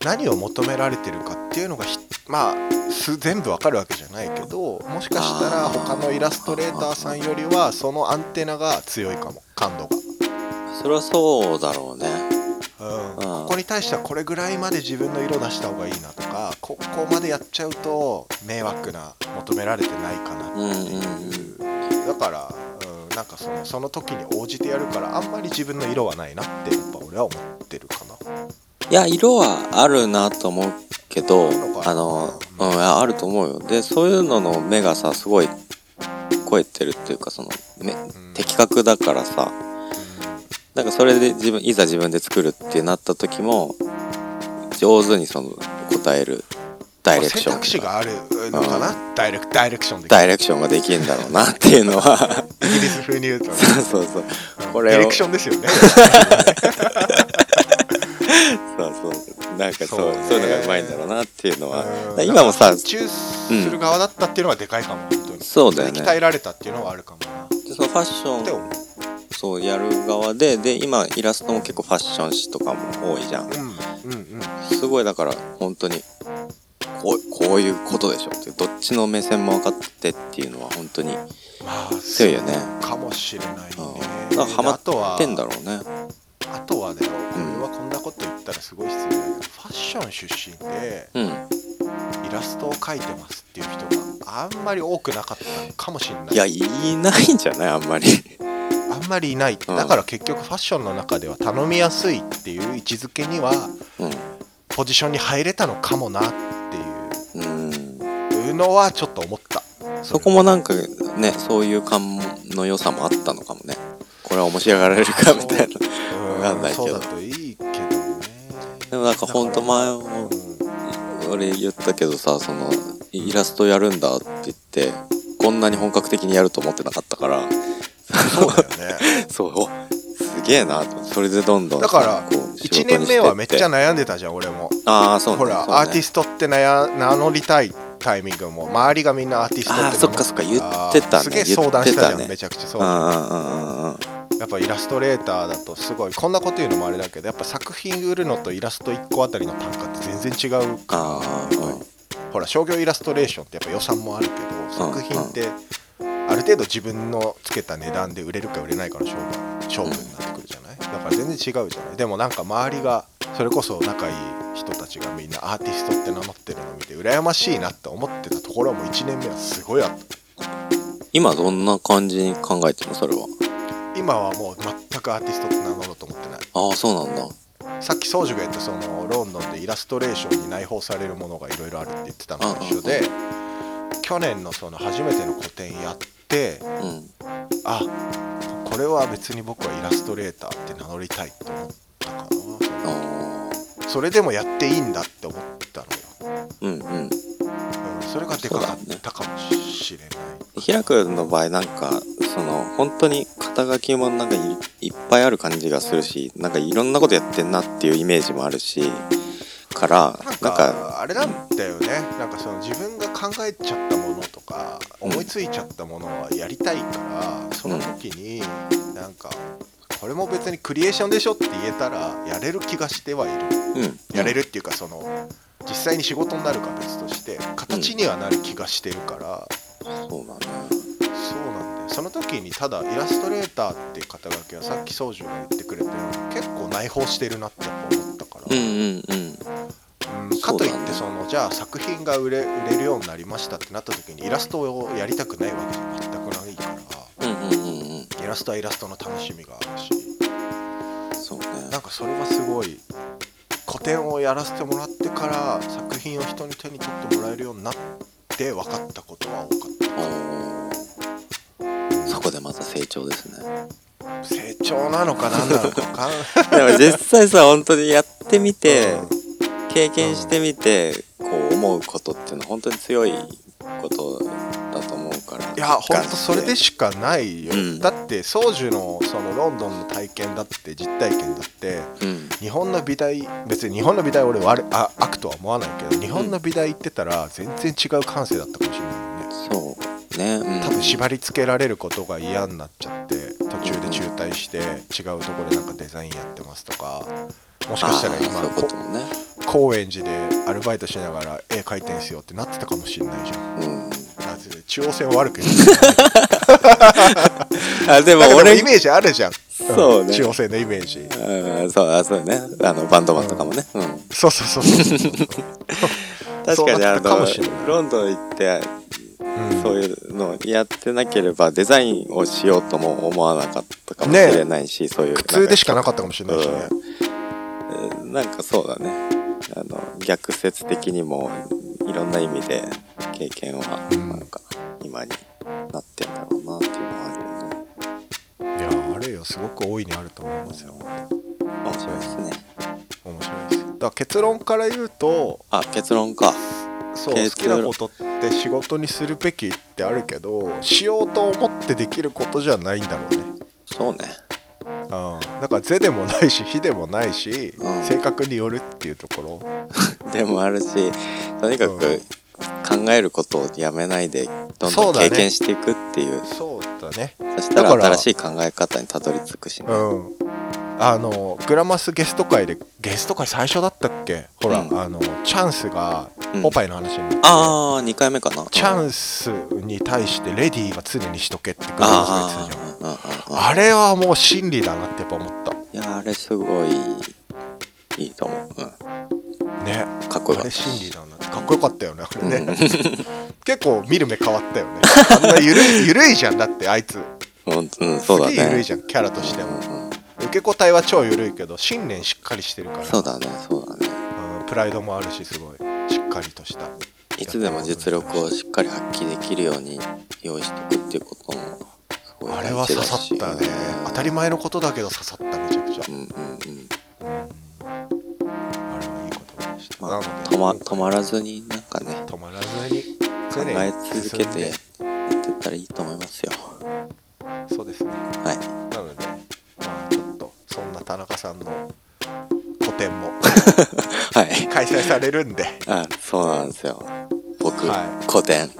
何を求められてるかっていうのがひまあす全部わかるわけじゃないけどもしかしたら他のイラストレーターさんよりはそのアンテナが強いかも感度が。
それはそうだろうね
うん
ん
ここに対してはこれぐらいまで自分の色出した方がいいなとかここまでやっちゃうと迷惑な求められてないかな
うんうん
だから、うん、なんかそのその時に応じてやるからあんまり自分の色はないなってやっぱ俺は思ってるかない
や色はあるなと思うけど
のか
あの、うん、いやあると思うよでそういうのの目がさすごい超えてるっていうかその目
ん
的確だからさなんかそれで自分いざ自分で作るってなった時も上手にその答えるダイレクシ
選択肢
ョンが
があるのかなダイレクダイレクションで
ダイレクションができるんだろうなっていう
<laughs>
のは
イギリス風に言うとね
そうそうそうこれ
ディ
を
レクションですよね
そうそうなんかそう
そ
そうう,、
ね
いうのがうまいんだろうなっていうの <laughs> は
うん
今もさ
だからチューする側だったっていうのはでかいかも本当に
そうだよね
鍛えられたっていうのはあるかもなっ
そのファッシ
て
ョン
思う
そうやる側でで今イラストも結構ファッション誌とかも多いじゃん
うんうんうん
すごいだから本当にこうこういうことでしょってどっちの目線も分かってっていうのは本当に
まあ
強いよね
そうかもしれないね
うんだからハマ
あとは
ってんだろうね
あとはだよこ
ん
れはこんなこと言ったらすごい失礼だけど、ファッション出身で
うん
イラストを描いてますっていう人があんまり多くなかったのかもしれない
いやいないんじゃないあ
<laughs>
んまり
あんまりいない、
うん
だから結局ファッションの中では頼みやすいっていう位置づけには
うん
ポジションに入れたのかもなってい
うん
うのはちょっと思った
そこもなんかねそういう感の良さもあったのかもねこれは面白がられるかみ
<laughs>
たいなわかんないけど
そうだといいけど
<laughs>
ね
でもなんかほんと前も俺言ったけどさそのイラストやるんだって言ってこんなに本格的にやると思ってなかったから
そうだよね
そうおすげえなとそれでどんどん
だから
こう
1
仕事にして
年目はめっちゃ
って
悩んでたじゃん俺も
ああそうね
ほら、
そうね
アーティストって悩名乗りたいタイミングも周りがみんなアーティストって名乗
あーそっかそっか言ってたね
すげえ相談したじゃん、
言ってたね
めちゃくちゃそうう、
んうんうんうん
やっぱイラストレーターだとすごいこんなこと言うのもあれだけどやっぱ作品売るのとイラスト1個あたりの単価って全然違う
あ
か
ー
ら、やっぱりほら商業イラストレーションってやっぱ予算もあるけど作品ってある程度自分のつけた値段で売れるか売れないかの勝負勝負になってくるじゃないだから全然違うじゃないでもなんか周りがそれこそ仲いい人たちがみんなアーティストって名乗ってるのを見て羨ましいなって思ってたところも1年目はすごいあった
今どんな感じに考えてるのそれは
今はもう全くアーティストって名乗ろうと思ってない
ああそうなんだ
さっき宗樹が言ったそのロンドンでイラストレーションに内包されるものがいろいろあるって言ってたのと一緒で去年のその初めての個展やって
うん
あこれは別に僕はイラストレーターって名乗りたいと思ったか
あー
なそれでもやっていいんだって思ったのよ、
うんうん
うん、それがでかかったかもしれない
ひらくんの場合なんかその本当に肩書きもなんかいいっぱいある感じがするしなんかいろんなことやってんなっていうイメージもあるしから
なん
なんか
かあれなんだよねなんかその自分が考えちゃったものとか
うん
思いついちゃったものはやりたいからその時になんかこれも別にクリエーションでしょって言えたらやれる気がしてはいる
うん
やれるっていうかその実際に仕事になるか別として形にはなる気がしてるから
そうだね
そうなんだよその時にただイラストレーターっていう肩書きはさっき宗樹が言ってくれたように結構内包してるなってやっぱ思ったから。
うんうんうん
うんかといっ
そうだ
て
ね
そのじゃあ作品が売れ売れるようになりましたってなった時にイラストをやりたくないわけじゃ全くないから
うんうんうんうん
イラストはイラストの楽しみがあるし
そうね
なんかそれはすごい古典をやらせてもらってから作品を人に手に取ってもらえるようになって分かったことは多かっ
おーそこでまた成長ですね <laughs>
た成長なのか何なのか分かん <laughs> ない
でも実際さ本当にやってみて経験してみてこう思うことっていうのは本当に強いことだと思うから
いやほんとそれで
し
しかないよ、
うん
だって宗樹のそのロンドンの体験だって実体験だって
うん
日本の美大別に日本の美大俺悪あ悪とは思わないけど日本の美大行ってたら全然違う感性だったかもしれないもんね
そうね、うん、
多分縛り付けられることが嫌になっちゃって途中で中退して違うところでなんかデザインやってますとかもしかしたら
あー
今
そういうこともね
高円寺でアルバイトしながら絵描いてんすよってなってたかもしれないじゃん <laughs>
うん
だって中央線は悪く言ってた
あでも
だけど
俺
イメージあるじゃん
そうね
ん中央線のイメージ
うんそうあそうねあのバンドマンとかもね、うん
そうそうそうそうそう
確かにあ
そうなってたかもしれない
のロンドン行って
うん
<laughs> そういうのやってなければデザインをしようとも思わなかったかもしれないし、そういう
普通でしかなかったかもしれないしね、
うんなんかそうだねあの逆説的にもいろんな意味で経験は
うん
なんか今になってんだろうなっていうのはあるよね
いやあれよすごく大いにあると思いますよ
面白いですね
面白いですだから結論から言うと
あ結論か
そう好
結
き
論
なことって仕事にするべきってあるけどしようと思ってできることじゃないんだろうね
そうね
うん、だから「是」でもないし「非」でもないし、
うん
性格によるっていうところ
でもあるしとにかく考えることをやめないでどん
そ
ど
うんだね
経験していくっていう
そうだね
そしたら
だから
新しい考え方にたどり着くしね、
うんあのグラマスゲスト会でゲスト会最初だったっけほら、
うん
あのチャンスが
うん
ポパイの話になって、
ああ2回目かな
チャ
ン
ンスに対してレディーは常にしとけってグラマスが言っ
あ
てたじゃん
ーあーあーあ
あれはもう真理だなってやっぱ思っ
ーいやあれすごいいいと思う、う
たね
ん、かっこよ
あれ
かった
真理だなってかっこよかったよねあれね <laughs> 結構見る目変わったよねあんなゆるいゆ <laughs> るいじゃんだってあいつ
うん、うん、そうだ
すげえ緩い
ね。
じゃんキャラとしても、
うんうん
受け答えは超緩いけど信念しっかりしてるから
そうだね、そうだね。
うんプライドもあるしすごいしっかりとした
いつでも実力をしっかり発揮できるように用意しておくっていうこともすごい
あれは
大事
刺
だ
さ
し。
ったね当たり前のことだけど刺さっためちゃくちゃ
うんうんうん。
あれはいいことでした、
まあ、
なので
止ま止まらずになんかね、
止まらずに
考え続け
常
て
に
や
進んで
ってったらいいと思いますよ。
そうですね
はい。
なのでまあちょっとそんな田中さんの個展も <laughs>
はい。
開催されるんで
あ、そうなんですよ。僕、
は
古典。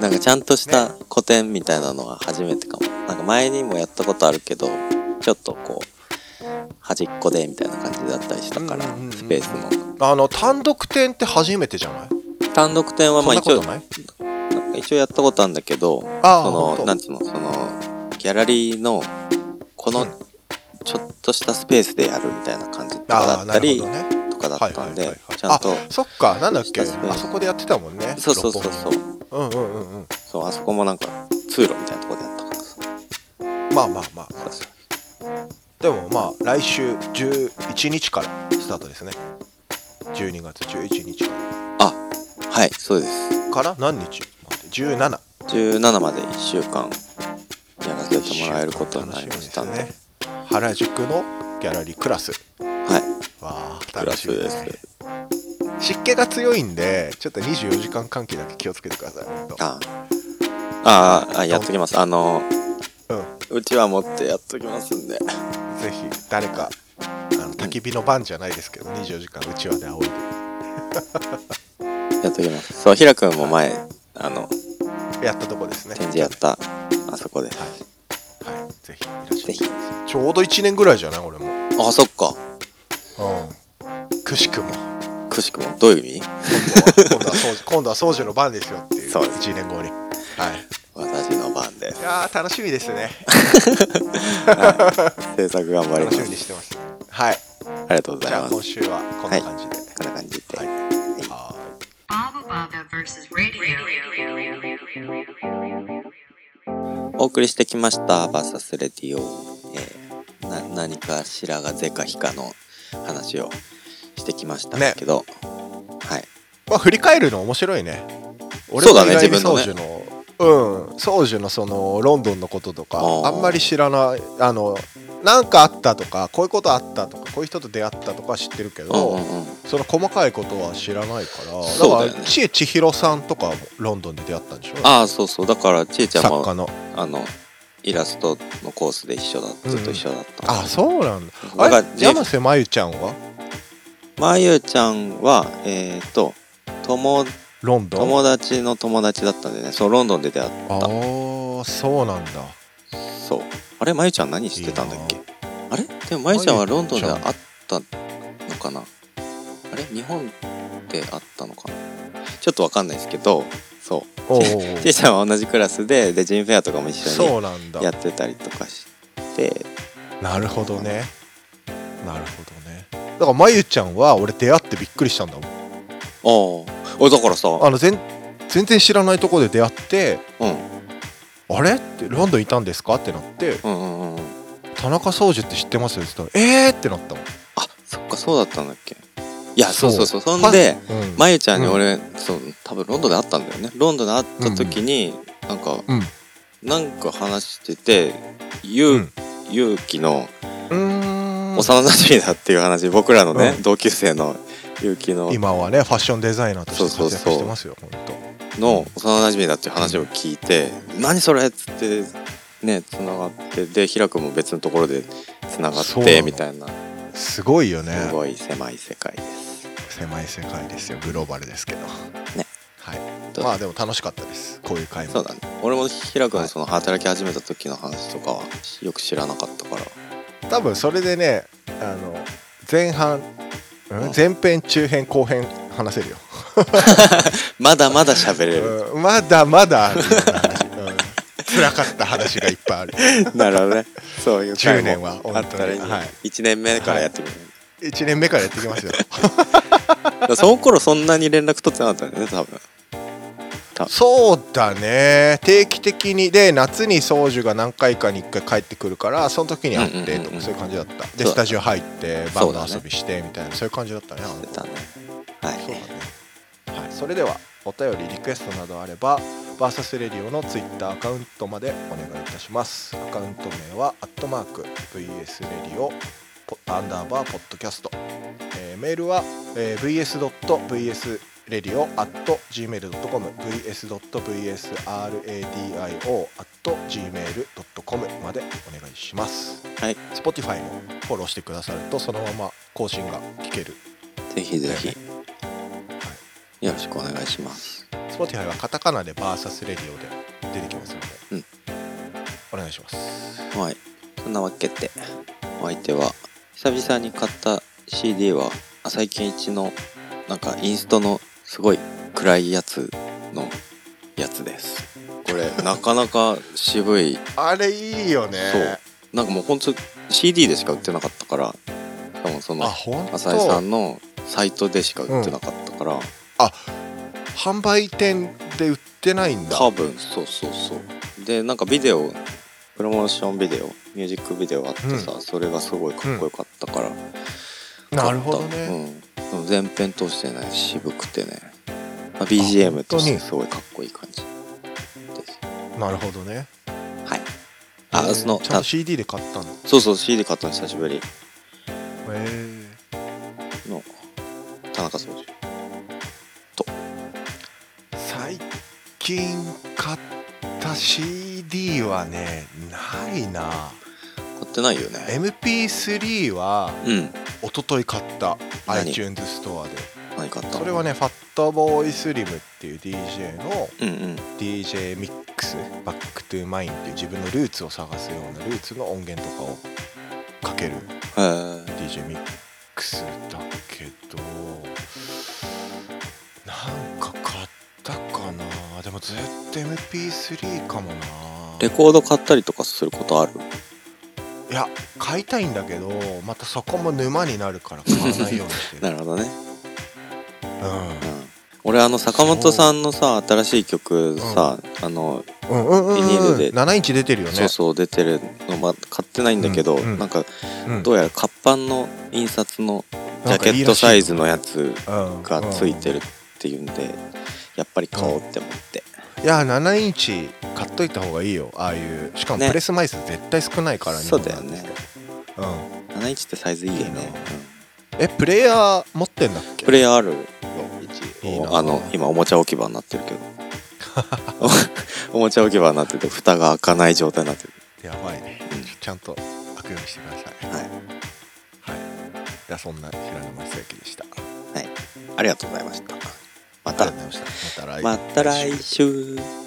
なんかちゃんとした古典みたいなのは初めてかも。なんか前にもやったことあるけど、ちょっとこう、端っこでみたいな感じだったりしたから
うんうんうんうん、
スペースも。
あの単独展って初めてじゃない
単独展は
そ
ま
ん
あ
なこ
一応
と、ない
なんか一応やったことあるんだけど、
あーほ
そ
ん
の、
と
なんつうの、その、ギャラリーの、こ
う
の
ん、
ちょっとしたスペースでやるみたいな感じとかだったり、
あーなるほどね
とかだったんで、ちゃん
あ
と、
そっかなんだっけ
そうそうそう
あそこでやってたもんね
そうそうそうそ
六
う。
本木うんうんうんう
そう、あそこもなんか通路みたいなとこでやったからさ。
んまあまあまあ
そうそう
でもまあ来週11日からスタートですね12月11日か
あ、はい、そうです。
らから何日待って17
17まで1週間やらせてもらえることになりましたんで。
楽みですね原宿のギャラリークラス
はい、
わあ
プラ
楽
ス
しみ
で
ですす。ね湿気が強いんでちょっと24時間換気だけ気をつけてくださいほんと
ああああ、やっときます。あの、
うん
うちは持ってやっときますんで。
ぜひ誰かあの焚き火の番じゃないですけど24時間うちわで仰いで
やっときます。そう、ひらくんも前、あの、
やったとこですね。
展示やった、あそこで。
はい。はい。ぜひいらっしゃ
ぜ
い
ひ。
ちょうど1年ぐらいじゃない俺も。
あ、そっか。
うん。くしくも。
くしくも。どういう意味 <laughs>
今度は掃除、今度は掃除の番ですよっていう。
そうです
1年後に。はい。
私の番で
い
す。
やー、楽しみですね。
制作頑張りま
楽
す
しみ。にしてます。はい。
ありがとうご
じ
ざい
ゃあ
ます。
今
こ
週はこんな感じで。
んな感じで。
はい。はーい
Baba Baba versus radio.
お送りしてきました「バーサスレディオ、えーな何かしらが是か非かの話をしてきましたけど、はい
まあ、振り返るの面白いね。
そうだね
俺も意外に
自分
ソウ
のね
ジュのうん、ソウジュのそのロンドンのこととか
あー
あんまり知らないあのなんかあったとかこういうことあったとかこういう人と出会ったとかは知ってるけど、
うんうんうん
その細かいことは知らないから
そうだよね
だから知恵千尋さんとかもロンドンで出会ったんでしょ
ああそうそうだからちえちゃん
作家
も
の
あのイラストのコースで一緒だ
うん
ずっと一緒だった、
あそうなんだ
だか
あ
ら
れ山瀬まゆちゃんは
まゆちゃんはえっ、と友
ロンドン
友達の友達だったんでねそうロンドンで出会っ
ああそうなんだ
たそうあれまゆちゃん何してたんだっけ
いい
あれでもまゆちゃんはロンドンで
まゆ
会
ちゃん
ったかなあれ日本ってあったのかなちょっとわかんないですけどそう
おうおう
ちいちゃんは同じクラスででジンフェアとかも一緒
そ
に
うなんだ
やってたりとかして
なるほどねなるほどねだからまゆちゃんは俺出会ってびっくりしたんだもん
ああ俺だからさ
あの全全然知らないとこで出会って
うん
「あれ?」って「ロンドンいたんですか?」ってなって
うんうんうんうん
「田中宗樹って知ってますよ」って言ったら「えー!」ってなったもん
あそっかそうだったんだっけいやそうそうそう
そう
そんで
うん
まゆちゃんに俺、そう多分ロンドンで会ったんだよねロンドンで会った時に、なんか、
うん
なんか話しててゆう、
うん
ゆうきの
うーん
幼馴染だっていう話僕らのね、
う
同級生のゆうきの
今はねファッションデザイナーとして活躍
そうそうそう
してますよ本
の幼馴染だっていう話を聞いて「何それ!」っつってねつながってで平君も別のところでつながっ
そうな
て
の
みたいな
当すごいよね
すごい狭い世界です。
狭い世界ですよグローバルですけど
ね
はい
どう
まあでも楽しかったですこういう会も
そうだね俺も平君のその働き始めた時の話とかはよく知らなかったから
多分それでねあの前半、うん
うん
前編中編後編話せるよ、
まだまだ喋れる。
うんまだまだあるよ話、うん、辛かった話がいっぱいある
<laughs> なるほどね。そういう回も
10年は本当に
あったらいいね
はい
1年目からやってみる。
1年目からやってきますよ
だからその頃そんなに連絡取ってなかったんだよね、多分。
そうだね定期的にで夏に宗樹が何回かに1回帰ってくるからその時に会って
うんうん
と
うんう
か
ん
そういう感じだった
そうだ
で
ね
スタジオ入ってバ
そう
ン
だ
ド
ね
遊びしてみたいなそういう感じだったねあの
出たね。はい。
そうだね、はい、それではお便りリクエストなどあればバーサスレディオのツイッターアカウントまでお願いいたしますアカウント名はアットマーク VS レディオポアンダーバーポッドキャスト、えーメールは、えー vs.vs レディオ at gmail.com vs.vsradio at gmail.com までお願いします
はい。
Spotify もフォローしてくださるとそのまま更新が聞ける
ぜひぜひ。よろしくお願いします。
Spotify はカタカナでバーサスレディオで出てきますので、
うん
お願いします
はい。そんなわけで、お相手は、久々に買った CD は、浅井健一の、なんかインストのすごい暗いやつのやつです。これ、なかなか渋い
あれいいよね
そうなんかもう本当 CD でしか売ってなかったからしかもその
あ本当
浅井さんのサイトでしか売ってなかったから、
販売店で売ってないんだ
多分そうそうそうでなんかビデオプロモーションビデオミュージックビデオあってさ、それがすごいかっこよかったから、
なるほどね、
買った、うん、でも全編通してね渋くてね、まあ BGM と
本
し
当
て
に
すごいかっこいい感じです
なるほどね
はいあその
ちゃん
た
と CD で買ったのへ
そうそう CD 買ったの久しぶり
え
の田中総司
最近買った CD はねないな
買ってないよね
MP3 は
うん
一昨日買った
何
iTunes ストアで
何買ったの
それはねファットボーイスリムっていう DJ の
うんうん
DJ ミックスバックトゥーマインっていう自分のルーツを探すようなルーツの音源とかをかける
へー
DJ ミックスだけどなんか買ったかなでもずっと MP3 かもな
レコード買ったりとかすることある
いや買いたいんだけどまたそこも沼になるから買わないようにしてる、
なるほどね、
う
うん、俺あの坂本さんのさ新しい曲さ、あの
ん、うんうんうん
ビニールで
7インチ出てるよね
そうそう出てるの、ま、買ってないんだけど、
うんうん
なんか
うん
どうやら活版の印刷のジ
なん
ャ
か
ケ
いい
ッ
ら
ト
しい
サイズのやつ
うん
がついてるっていうんでやっぱり買おうって思って、
いや7インチ買っといた方がいいよああいうしかも
ね
プレス枚数絶対少ないから
そうだよね
日本なんて
7インチってサイズいいよ
いいな
ね、
うん、えプレイヤー持ってんだっ
う
け
んプレイヤーあるよ
いいな
あの今おもちゃ置き場になってるけど <laughs> おもちゃ置き場になってて蓋が開かない状態になってる
やばいね
うん
ちゃんと開くようにしてください
はい
はいじゃあそんな平沼正樹でした
はい。ありがとうございました。
あ
また
りがとうございましたまた来
また来週。